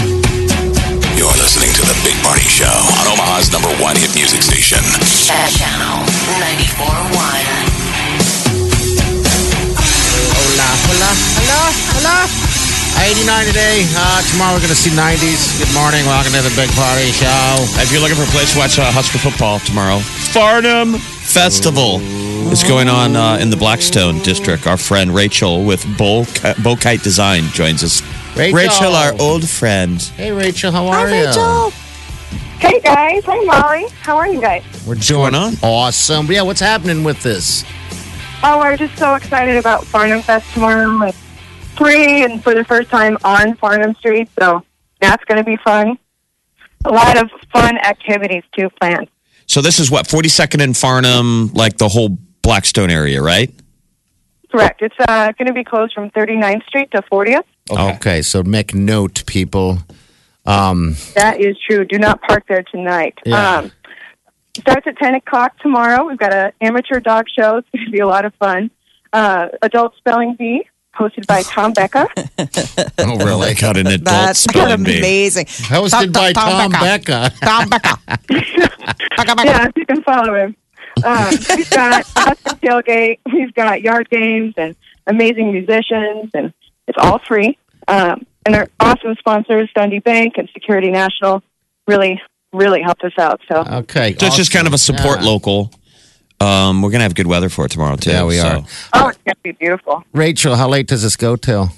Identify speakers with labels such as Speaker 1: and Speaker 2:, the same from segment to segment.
Speaker 1: You're listening to The Big Party Show on Omaha's number one hit music station.
Speaker 2: Chat Channel 94.1.
Speaker 3: Hola, hola, hola, hola. 89 today. Uh, tomorrow we're going to see 90s. Good morning. Welcome to the Big Party Show.
Speaker 4: If you're looking for a place to watch uh, Husker football tomorrow, Farnham Festival is going on uh, in the Blackstone district. Our friend Rachel with Bow Bow Kite Design joins us.
Speaker 3: Rachel.
Speaker 4: our old friend.
Speaker 3: Hey, Rachel,
Speaker 5: 啊
Speaker 3: how are you?
Speaker 6: Hey guys, hey Molly, how are you guys?
Speaker 3: We're doing
Speaker 4: going on?
Speaker 3: awesome. Yeah, what's happening with this?
Speaker 6: Oh, we're just so excited about Farnham Fest tomorrow. It's free and for the first time on Farnham Street, so that's going to be fun. A lot of fun activities too planned.
Speaker 4: So this is what 42nd and Farnham, like the whole Blackstone area, right?
Speaker 6: Correct. It's uh, going to be closed from 39th Street to 40th.
Speaker 4: Oh.
Speaker 3: Okay, so make note, people.
Speaker 6: That is true. Do not park there tonight.
Speaker 3: Yeah.
Speaker 6: Um, starts at 10 o'clock tomorrow. We've got an amateur dog show. It's going to be a lot of fun. Uh, adult Spelling Bee, hosted by Tom Becca.
Speaker 3: Oh, really?
Speaker 4: Got an adult
Speaker 7: That's
Speaker 4: spelling bee.
Speaker 7: amazing.
Speaker 3: Hosted by Tom Becca.
Speaker 7: Tom Becca. Becca, Becca.
Speaker 6: Yeah, you can follow him. Um, we've got awesome tailgate. We've got yard games and amazing musicians, and it's all free. Um, and our awesome sponsors, Dundee Bank and Security National, really, really helped us out. So
Speaker 3: Uh, Okay.
Speaker 4: So it's just kind of a support
Speaker 3: yeah.
Speaker 4: local. Um, we're gonna have good weather for it tomorrow too.
Speaker 3: Yeah, we
Speaker 4: so.
Speaker 3: are.
Speaker 6: oh, it's gonna be beautiful.
Speaker 3: Rachel, how late does this go till?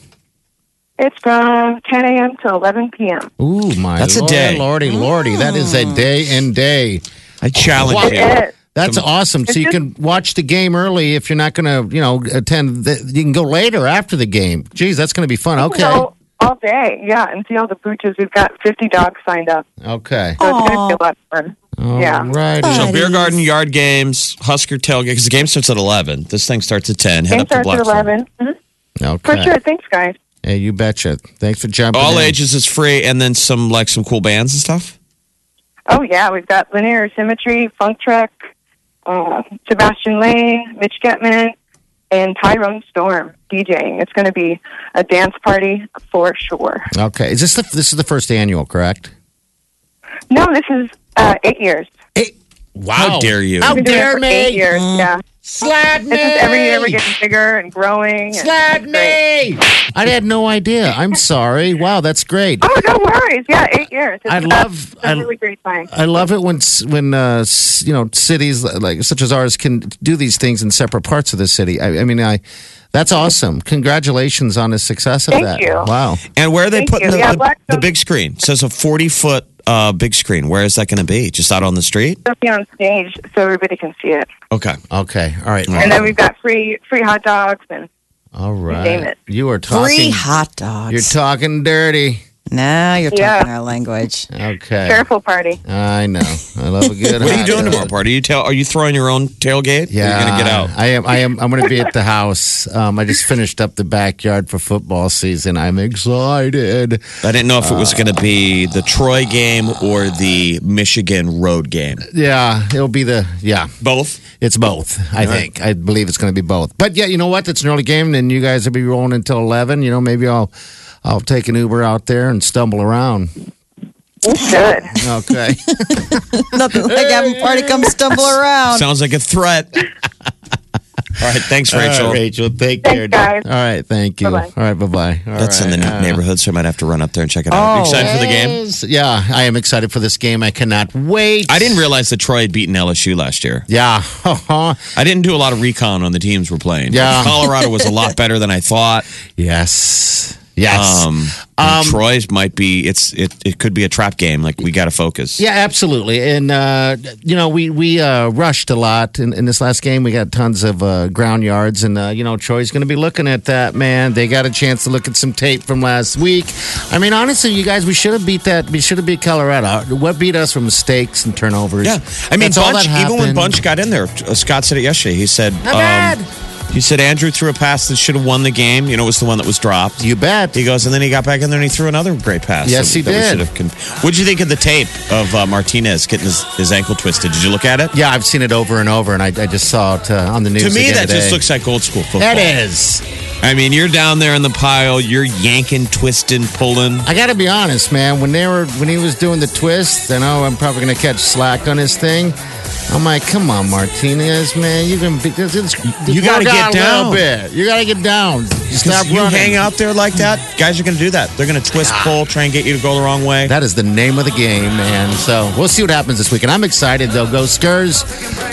Speaker 6: It's from 10 a.m. to 11 p.m.
Speaker 3: Ooh, my
Speaker 4: That's a
Speaker 3: lordy,
Speaker 4: day.
Speaker 3: Lordy, lordy. That is a day and day.
Speaker 4: I challenge
Speaker 3: Wow.
Speaker 4: you.
Speaker 6: It is.
Speaker 3: That's awesome. So you can watch the game early if you're not going to, you know, attend. The, you can go later after the game. Geez, that's going to be fun. Okay.
Speaker 6: So all day, yeah, and see all the pooches. We've got 50 dogs signed up,
Speaker 3: Okay.
Speaker 6: so it's going to be a lot of fun. yeah.
Speaker 3: All right.
Speaker 4: So beer garden, yard games, Husker tailgate. Because the game starts at eleven. This thing starts at ten. Head
Speaker 6: Game
Speaker 4: up to
Speaker 6: starts at
Speaker 4: Blackstone.
Speaker 6: 11. Mhm. For
Speaker 3: Okay.
Speaker 6: sure. Thanks, guys.
Speaker 3: Hey, you betcha. Thanks for jumping.
Speaker 4: All
Speaker 3: in.
Speaker 4: ages is free, and then some like some cool bands and stuff.
Speaker 6: Oh yeah, we've got linear symmetry, funk truck, uh, Sebastian Lane, Mitch Getman, and Tyrone Storm DJing. It's going to be a dance party for sure.
Speaker 3: Okay. Is this the this is the first annual, correct?
Speaker 6: No, this is uh, eight years.
Speaker 3: Wow.
Speaker 4: How dare you.
Speaker 3: How
Speaker 6: We've been doing it
Speaker 3: dare
Speaker 6: for Eight
Speaker 3: me?
Speaker 6: years. Yeah,
Speaker 3: Slap me.
Speaker 6: this is every year we're getting bigger and growing. and
Speaker 3: Slap
Speaker 6: it's great.
Speaker 3: me. I had no idea. I'm sorry. Wow, that's great.
Speaker 6: Oh no worries. Yeah, eight years. It's,
Speaker 3: I love-
Speaker 6: Uh, it's a
Speaker 3: I-
Speaker 6: really great time.
Speaker 3: I love it when s- when uh, s- you know cities like such as ours can do these things in separate parts of the city. I, I mean, I that's awesome. Congratulations on the success of
Speaker 6: Thank
Speaker 3: that.
Speaker 6: you.
Speaker 3: Wow.
Speaker 4: And where are they
Speaker 6: Thank
Speaker 4: putting
Speaker 6: you.
Speaker 4: the, uh,
Speaker 6: Yeah,
Speaker 4: the-
Speaker 6: Blackstone-
Speaker 4: the big screen? It says a forty foot uh, big screen. Where is that going to be? Just out on the street?
Speaker 6: It'll be on stage so everybody can see it,
Speaker 4: Okay.
Speaker 3: Okay. All right.
Speaker 6: and then we've got free free hot dogs and
Speaker 3: All right.
Speaker 6: name it.
Speaker 3: You are talking.
Speaker 7: Three hot
Speaker 3: You're
Speaker 7: dogs.
Speaker 3: talking dirty.
Speaker 7: now you're
Speaker 6: Yeah.
Speaker 7: talking our language.
Speaker 3: Okay.
Speaker 6: careful party.
Speaker 3: I know. I love a good.
Speaker 4: What are you
Speaker 3: hot
Speaker 4: doing
Speaker 3: dog.
Speaker 4: tomorrow, party? Are you tell? Are you throwing your own tailgate? Or
Speaker 3: Yeah,
Speaker 4: You're going to get out.
Speaker 3: I am. I am. I'm going to be at the house. Um, I just finished up the backyard for football season. I'm excited.
Speaker 4: I didn't know if it was going to be the Troy game or the Michigan road game.
Speaker 3: Yeah, it'll be the yeah.
Speaker 4: Both.
Speaker 3: It's both, I think. I believe it's going to be both. But yeah, you know what? It's an early game, and you guys will be rolling until eleven. You know, maybe I'll I'll take an Uber out there and stumble around.
Speaker 6: Good.
Speaker 3: Okay.
Speaker 7: Nothing like having party come stumble
Speaker 6: Um,
Speaker 7: around.
Speaker 4: Sounds like a threat. All right. Thanks, Rachel.
Speaker 3: All right, Rachel, take care.
Speaker 6: Thanks, guys.
Speaker 3: All right, thank you.
Speaker 6: Bye-bye.
Speaker 3: All uh, right, bye bye.
Speaker 4: That's in
Speaker 3: Oh.
Speaker 4: the neighborhood, so I might have to run up there and check it out.
Speaker 7: Oh.
Speaker 4: You excited for the game?
Speaker 3: Yeah, I am excited for this game. I cannot wait.
Speaker 4: I didn't realize that Troy had beaten LSU last year.
Speaker 3: Yeah.
Speaker 4: I didn't do a lot of recon on the teams we're playing.
Speaker 3: Yeah.
Speaker 4: Colorado was a lot better than I thought.
Speaker 3: yes. Yes.
Speaker 4: Um,
Speaker 3: Um,
Speaker 4: Troy's might be it's it, it could be a trap game. Like we got to focus.
Speaker 3: Yeah, absolutely. And uh, you know, we we uh, rushed a lot in, in this last game. We got tons of uh, ground yards, and uh, you know, Troy's going to be looking at that man. They got a chance to look at some tape from last week. I mean, honestly, you guys, we should have beat that. We should have beat Colorado. What beat us were mistakes and turnovers.
Speaker 4: Yeah, I mean,
Speaker 3: That's all
Speaker 4: Bunch.
Speaker 3: that
Speaker 4: Even when
Speaker 3: happened.
Speaker 4: Bunch Um, got in there, uh, Scott said it yesterday. He said,
Speaker 3: Not bad.
Speaker 4: He said Andrew threw a pass that should have won the game. You know, it was the one that was dropped.
Speaker 3: you bet.
Speaker 4: He goes, and then he got back in there and he threw another great pass.
Speaker 3: Yes, he
Speaker 4: that we
Speaker 3: did.
Speaker 4: should have con- What'd you think of the tape of uh, Martinez getting his, his ankle twisted? Did you look at it?
Speaker 3: yeah, I've seen it over and over, and I, I just saw it uh, on the news.
Speaker 4: To me,
Speaker 3: again
Speaker 4: that just
Speaker 3: today.
Speaker 4: looks like old school football.
Speaker 3: That is.
Speaker 4: I mean, you're down there in the pile, you're yanking, twisting, pulling.
Speaker 3: I got to be honest, man. When they were when he was doing the twist, I know I'm probably going to catch slack on his thing. I'm like, come on, Martinez, man. You can be, this, this,
Speaker 4: You gotta
Speaker 3: work
Speaker 4: get
Speaker 3: out
Speaker 4: down.
Speaker 3: a little bit. You got to get down. You Stop
Speaker 4: you
Speaker 3: running.
Speaker 4: hang out there like that, guys are going to do that. They're going to twist, pull, try and get you to go the wrong way.
Speaker 3: That is the name of the game, man. So we'll see what happens this weekend. I'm excited though. Go Skurs.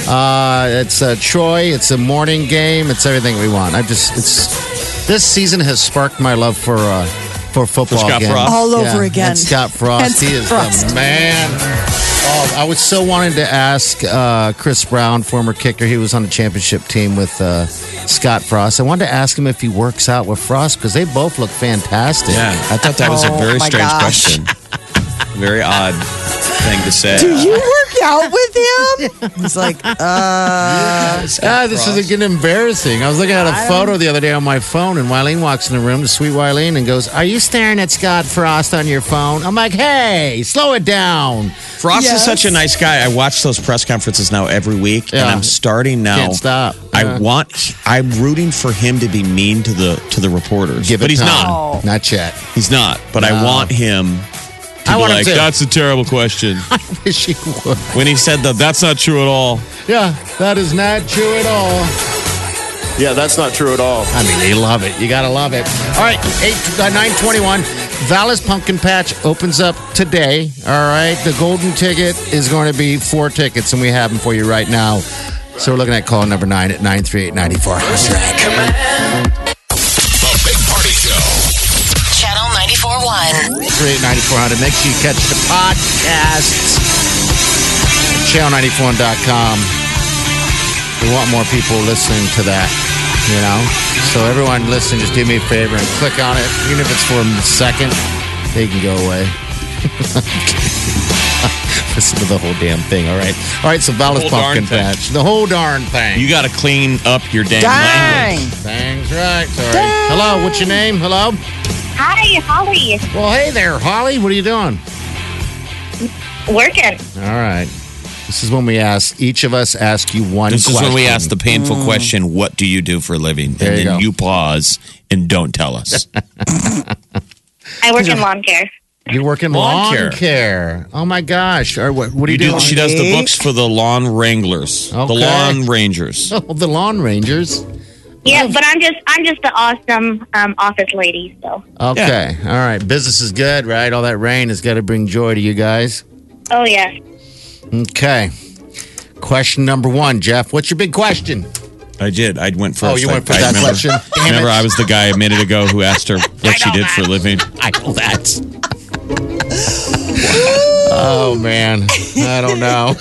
Speaker 3: Uh, it's uh, Troy. It's a morning game. It's everything we want. I just it's this season has sparked my love for uh, for football.
Speaker 4: Scott
Speaker 3: again.
Speaker 4: Frost.
Speaker 7: All over again.
Speaker 3: And Scott Frost.
Speaker 7: And
Speaker 3: he is
Speaker 7: Frost.
Speaker 3: the man. Oh, I was so wanted to ask uh, Chris Brown, former kicker. He was on the championship team with uh, Scott Frost. I wanted to ask him if he works out with Frost because they both look fantastic. Ah,
Speaker 4: yeah, I thought that was a
Speaker 7: Oh,
Speaker 4: very
Speaker 7: my
Speaker 4: strange
Speaker 7: gosh.
Speaker 4: question. Very odd thing to say.
Speaker 7: Do you work out with him? He's like, uh,
Speaker 3: Ah, this is getting embarrassing. I was looking at a photo the other day on my phone, and Wileen walks in the room, sweet Wileen, and goes, "Are you staring at Scott Frost on your phone?" I'm like, "Hey, slow it down."
Speaker 4: Frost is
Speaker 7: Yes.
Speaker 4: such a nice guy. I watch those press conferences now every week, and
Speaker 3: Yeah.
Speaker 4: I'm starting now.
Speaker 3: Can't stop. Uh,
Speaker 4: I
Speaker 3: Yeah.
Speaker 4: want. I'm rooting for him to be mean to the to the reporters,
Speaker 3: Give it
Speaker 4: but he's
Speaker 3: time.
Speaker 4: not.
Speaker 3: Not yet.
Speaker 4: He's not. But I
Speaker 3: No.
Speaker 4: want him. To
Speaker 3: I
Speaker 4: be
Speaker 3: want him
Speaker 4: like,
Speaker 3: to.
Speaker 4: That's a terrible question.
Speaker 3: I wish he would.
Speaker 4: when he said that, that's not true at all.
Speaker 3: Yeah, that is not true at all.
Speaker 8: Yeah, that's not true at all.
Speaker 3: I mean, they love it. You gotta love it. All right, eight uh, nine twenty one. Vallis Pumpkin Patch opens up today. All right, the golden ticket is going to be four tickets, and we have them for you right now. So we're looking at call number nine at nine three eight ninety four hundred.
Speaker 1: The Big Party Show.
Speaker 2: Channel 94.1.
Speaker 3: 9400. Make sure you catch the podcast. Channel94.com. We want more people listening to that, you know? So everyone listen, just do me a favor and click on it. Even if it's for a second, they can go away. listen to the whole damn thing, all right? All right, so Valid
Speaker 4: whole darn
Speaker 3: Pumpkin
Speaker 4: thing.
Speaker 3: Patch. The whole darn thing.
Speaker 4: You got to clean up your damn
Speaker 7: dang.
Speaker 4: language.
Speaker 3: Things right. Sorry. Hello, what's your name? Hello?
Speaker 9: Hi, Holly.
Speaker 3: Well, hey there, Holly. What are you doing?
Speaker 9: Working.
Speaker 3: All right. This is when we ask each of us ask you one.
Speaker 4: This is
Speaker 3: question.
Speaker 4: when we ask the painful question, "What do you do for a living?"
Speaker 3: There
Speaker 4: and
Speaker 3: you
Speaker 4: then
Speaker 3: go.
Speaker 4: you pause and don't tell us.
Speaker 9: I work in lawn care.
Speaker 3: You're working
Speaker 4: Lawn
Speaker 3: lawn,
Speaker 4: care.
Speaker 3: care. Oh my gosh! Or what? What are you,
Speaker 4: You do,
Speaker 3: doing?
Speaker 4: she does the
Speaker 7: Eight.
Speaker 4: books for the lawn wranglers, the
Speaker 3: Okay.
Speaker 4: lawn rangers.
Speaker 3: Oh, the lawn rangers.
Speaker 9: Yeah, but I'm just I'm just the awesome um, office lady. So.
Speaker 3: Okay. All right. Business is good, right? All that rain has got to bring joy to you guys.
Speaker 9: Oh yeah.
Speaker 3: Okay. Question number one, Jeff. What's your big question?
Speaker 4: I did. I went first.
Speaker 3: Oh, you
Speaker 4: I,
Speaker 3: went for
Speaker 4: I
Speaker 3: that
Speaker 4: remember,
Speaker 3: question. Damn
Speaker 4: Remember,
Speaker 3: it.
Speaker 4: I was the guy a minute ago who asked her what she did for a living.
Speaker 3: I know that. oh man, I don't know.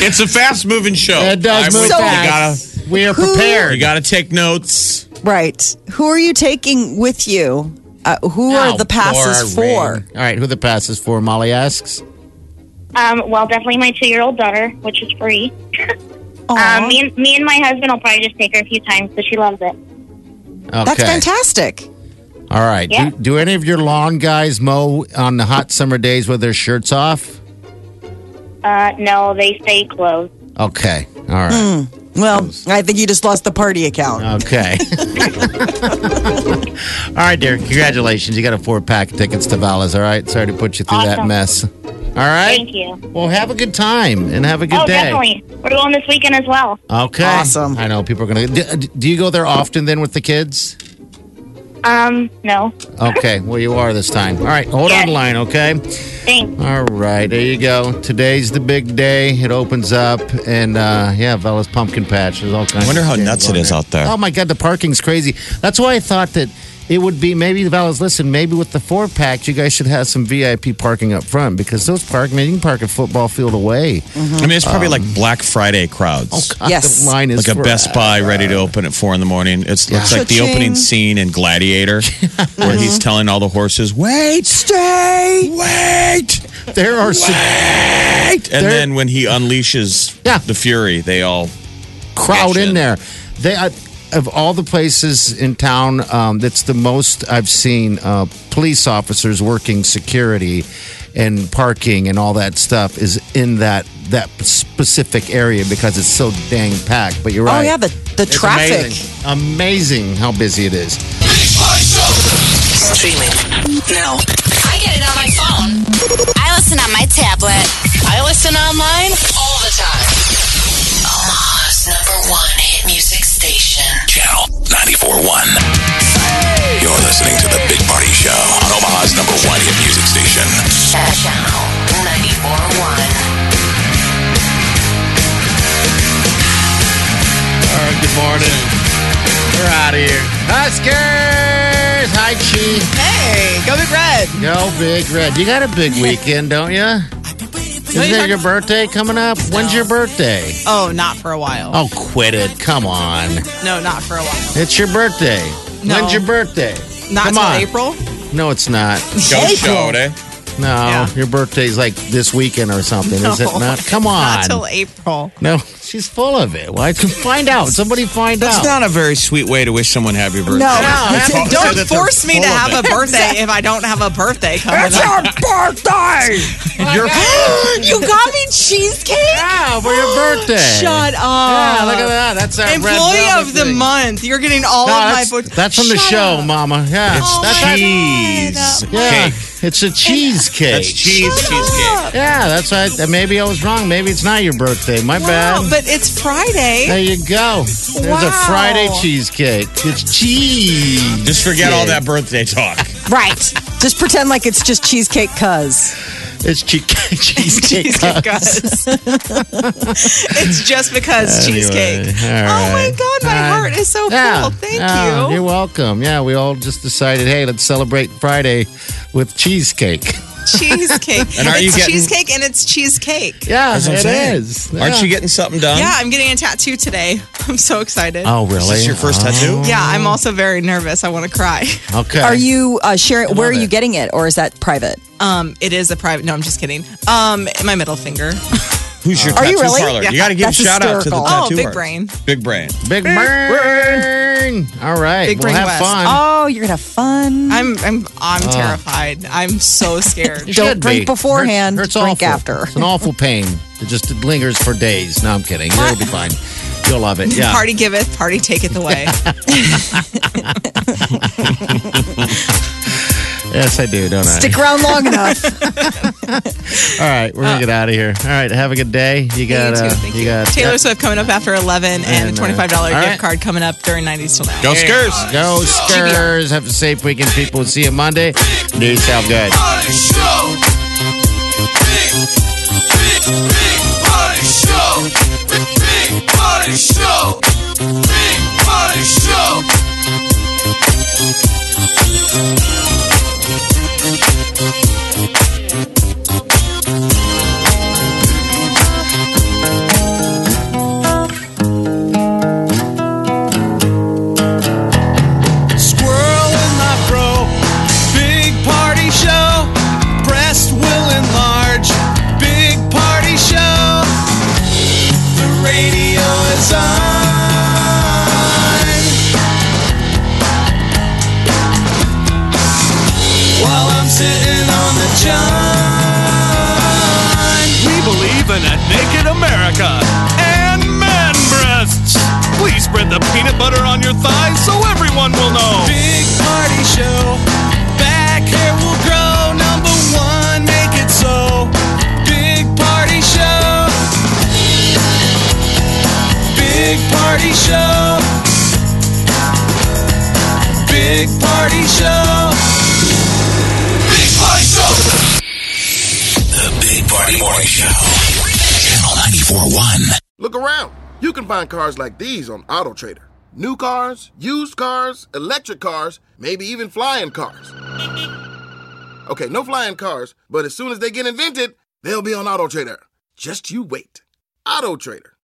Speaker 4: It's a fast-moving show.
Speaker 3: It does
Speaker 4: I
Speaker 3: move
Speaker 4: went-
Speaker 7: so
Speaker 3: fast. we are prepared.
Speaker 4: You gotta, you gotta take notes.
Speaker 7: Right. Who are you taking with you? Uh, who
Speaker 3: Oh,
Speaker 7: are the passes
Speaker 3: Laura
Speaker 7: for?
Speaker 3: Ring. All right, who the passes for? Molly asks.
Speaker 9: Um, well, definitely my two year old daughter, which is free.
Speaker 7: Aw,
Speaker 9: Um, me and me and my husband will probably just take her a few times, but she loves it.
Speaker 3: Okay.
Speaker 7: that's fantastic.
Speaker 3: All right.
Speaker 9: Yeah.
Speaker 3: Do, do any of your lawn guys mow on the hot summer days with their shirts off?
Speaker 9: Uh, no, they stay closed.
Speaker 3: Okay. All
Speaker 9: Hmm.
Speaker 3: right.
Speaker 7: Well, I think you just lost the party account.
Speaker 3: Uh, Okay. all right, Derek. Congratulations. You got a four pack of tickets to Valas. All right. Sorry to put you through that
Speaker 9: Awesome.
Speaker 3: mess. All right.
Speaker 9: Thank you.
Speaker 3: Well, have a good time and have a good
Speaker 9: oh,
Speaker 3: day.
Speaker 9: definitely. We're going this weekend as well.
Speaker 3: Okay.
Speaker 7: Awesome.
Speaker 3: I know people are going to. Do, do you go there often then with the kids?
Speaker 9: Um, no,
Speaker 3: Okay. Well, you are this time. All right. Hold on
Speaker 9: Yes.
Speaker 3: the line, okay?
Speaker 9: thanks.
Speaker 3: All right, there you go. Today's the big day. It opens up, and uh, yeah, Vella's Pumpkin Patch. There's all kinds.
Speaker 4: I wonder
Speaker 3: of
Speaker 4: how
Speaker 3: games
Speaker 4: nuts
Speaker 3: on
Speaker 4: it is out there.
Speaker 3: Oh my God, the parking's crazy. That's why I thought that it would be maybe the Valles, listen, maybe with the four pack, you guys should have some VIP parking up front because those park, man, you can park a football field away.
Speaker 4: I mean, it's probably like Black Friday crowds.
Speaker 7: Yes.
Speaker 3: The line is
Speaker 4: like a
Speaker 3: oh, for-
Speaker 4: Best Buy ready to open at four in the morning. It's looks like the
Speaker 7: Cha-ching.
Speaker 4: opening scene in Gladiator,
Speaker 3: Uh-huh.
Speaker 4: where he's telling all the horses, "Wait, stay, wait,
Speaker 3: There are some
Speaker 4: wait," and
Speaker 3: They're-
Speaker 4: then when he unleashes
Speaker 3: Yeah.
Speaker 4: the fury, they all
Speaker 3: crowd
Speaker 4: Russian.
Speaker 3: in there. They I, of all the places in town, um, that's the most I've seen uh, police officers working security and parking and all that stuff is in that that specific area because it's so dang packed. But you're
Speaker 7: Oh
Speaker 3: right.
Speaker 7: yeah, the the
Speaker 3: It's
Speaker 7: traffic.
Speaker 3: Amazing. amazing how busy it is.
Speaker 2: Streaming now. I get it on my phone. I listen on my tablet. I listen online all the time. Omaha's number one hit music station.
Speaker 1: Channel 94.1. You're listening to The Big Party Show on Omaha's number one hit music station.
Speaker 2: Channel 94.1.
Speaker 3: All right, good morning. We're out of here. Huskers! Hi, Chi.
Speaker 7: Hey, go big red.
Speaker 3: Go Big Red. You got a big weekend, don't you? Isn't it your birthday coming up? When's your birthday?
Speaker 7: Oh, not for a while.
Speaker 3: Oh, quit it. Come on.
Speaker 7: No, not for a while.
Speaker 3: It's your birthday.
Speaker 7: No.
Speaker 3: When's your birthday?
Speaker 7: Not
Speaker 3: Come
Speaker 7: until
Speaker 3: on.
Speaker 7: April.
Speaker 3: No, it's not.
Speaker 4: go show it. eh?
Speaker 3: No, your birthday's like this weekend or something, is it
Speaker 7: No.
Speaker 3: not? Come on.
Speaker 7: Not till April.
Speaker 3: no, she's full of it. Why? Find out. Somebody find
Speaker 4: That's
Speaker 3: out.
Speaker 4: not a very sweet way to wish someone happy birthday.
Speaker 7: No,
Speaker 3: that's-
Speaker 4: Say that
Speaker 7: don't
Speaker 4: they're
Speaker 7: force me to
Speaker 4: full of
Speaker 7: have
Speaker 4: it.
Speaker 7: a birthday if I don't have a birthday coming up.
Speaker 4: Oh
Speaker 3: your,
Speaker 7: you got me cheesecake.
Speaker 3: yeah, for your birthday.
Speaker 7: Shut up.
Speaker 3: Yeah, look at that. That's that red
Speaker 7: Employee
Speaker 3: velvet
Speaker 7: of the
Speaker 3: thing.
Speaker 7: month. You're getting all
Speaker 3: No,
Speaker 7: of my
Speaker 3: that's,
Speaker 7: votes.
Speaker 3: that's from the
Speaker 7: Shut
Speaker 3: show,
Speaker 7: up.
Speaker 3: Mama. Yeah,
Speaker 7: Oh
Speaker 3: that's
Speaker 7: my
Speaker 4: Cheese.
Speaker 7: God.
Speaker 3: Yeah,
Speaker 4: Cake.
Speaker 3: it's a cheesecake.
Speaker 4: That's cheese cheesecake.
Speaker 3: Yeah, that's right. Uh, Maybe I was wrong. Maybe it's not your birthday. My
Speaker 7: Wow,
Speaker 3: bad.
Speaker 7: but it's Friday.
Speaker 3: there you go. There's a
Speaker 7: Wow.
Speaker 3: Friday cheesecake. It's cheese.
Speaker 4: Just forget all that birthday talk.
Speaker 7: Right. Just pretend like it's just cheesecake cuz.
Speaker 3: It's cheesecake. cheesecake.
Speaker 7: Cheesecake cuz. it's just because
Speaker 3: Anyway,
Speaker 7: cheesecake.
Speaker 3: all
Speaker 7: Oh my
Speaker 3: right.
Speaker 7: god, my
Speaker 3: All right.
Speaker 7: heart is so full. Thank
Speaker 3: yeah, You're
Speaker 7: you.
Speaker 3: welcome. Yeah, we all just decided, hey, let's celebrate Friday with cheesecake.
Speaker 7: Cheesecake.
Speaker 4: And are
Speaker 7: it's
Speaker 4: you getting-
Speaker 7: cheesecake and it's cheesecake.
Speaker 3: Yeah,
Speaker 4: That's what I'm
Speaker 3: it
Speaker 4: saying.
Speaker 3: is.
Speaker 4: Aren't
Speaker 3: Yeah.
Speaker 4: you getting something done?
Speaker 7: Yeah, I'm getting a tattoo today. I'm so excited.
Speaker 3: Oh, really?
Speaker 4: Is this your first
Speaker 3: Oh,
Speaker 4: tattoo?
Speaker 7: Yeah, I'm also very nervous. I want to cry.
Speaker 3: Okay.
Speaker 10: Are you uh, sharing? Where are
Speaker 3: love
Speaker 10: you
Speaker 3: it.
Speaker 10: getting it, or is that private?
Speaker 7: Um, it is a private. No, I'm just kidding. Um, my middle finger.
Speaker 4: Who's your tattoo
Speaker 10: you really?
Speaker 4: parlor?
Speaker 7: Yeah.
Speaker 4: You got to give a
Speaker 10: That's
Speaker 4: shout out to the
Speaker 10: hysterical.
Speaker 4: tattoo
Speaker 10: Oh,
Speaker 7: Big
Speaker 4: artist.
Speaker 7: Brain.
Speaker 4: Big brain.
Speaker 3: Big burn. All right.
Speaker 7: Big
Speaker 3: we'll
Speaker 7: Brain
Speaker 3: have
Speaker 7: West.
Speaker 3: fun.
Speaker 10: Oh, you're gonna have fun.
Speaker 7: I'm I'm I'm terrified. I'm so scared.
Speaker 3: You
Speaker 10: Don't
Speaker 3: should
Speaker 10: drink
Speaker 3: be.
Speaker 10: beforehand,
Speaker 3: Hurts, hurts
Speaker 10: drink
Speaker 3: awful.
Speaker 10: after.
Speaker 3: It's an awful pain. It just it lingers for days. No, I'm kidding. It'll be fine. You'll love it. Yeah.
Speaker 7: Party giveth, party taketh away.
Speaker 3: Yes, I do, don't I?
Speaker 10: Stick around long enough.
Speaker 3: All right, we're gonna get out of here. All right, have a good day. You
Speaker 7: Yeah,
Speaker 3: got
Speaker 7: you
Speaker 3: uh,
Speaker 7: too. Thank
Speaker 3: you
Speaker 7: you.
Speaker 3: got
Speaker 7: Taylor Swift coming up after 11 and a
Speaker 3: And, uh,
Speaker 7: $25
Speaker 3: all
Speaker 7: gift
Speaker 3: right.
Speaker 7: card coming up during 90s till now.
Speaker 4: Go Skurs.
Speaker 3: Go Skurs. Have a safe weekend, people. We'll see you Monday. Do yourself good.
Speaker 1: Party Show. Big, big, big party show. Big, big party show. Big party show.
Speaker 4: Squirrel in my bro. Big party show. Breast will enlarge. Big party show. The radio is on. While I'm sitting on the john. We believe in a naked America and man breasts. Please spread the peanut butter on your thighs so everyone will know. Big party show. Back hair will grow. Number one, make it so. Big party show. Big party show. Big party show.
Speaker 1: Big Party Show. The Big Party Morning Show. Channel 94.1.
Speaker 11: Look around. You can find cars like these on AutoTrader. New cars, used cars, electric cars,
Speaker 9: maybe even flying cars. Okay, no flying cars, but as soon as they get invented, they'll be on Auto Trader. Just you wait. Auto Trader.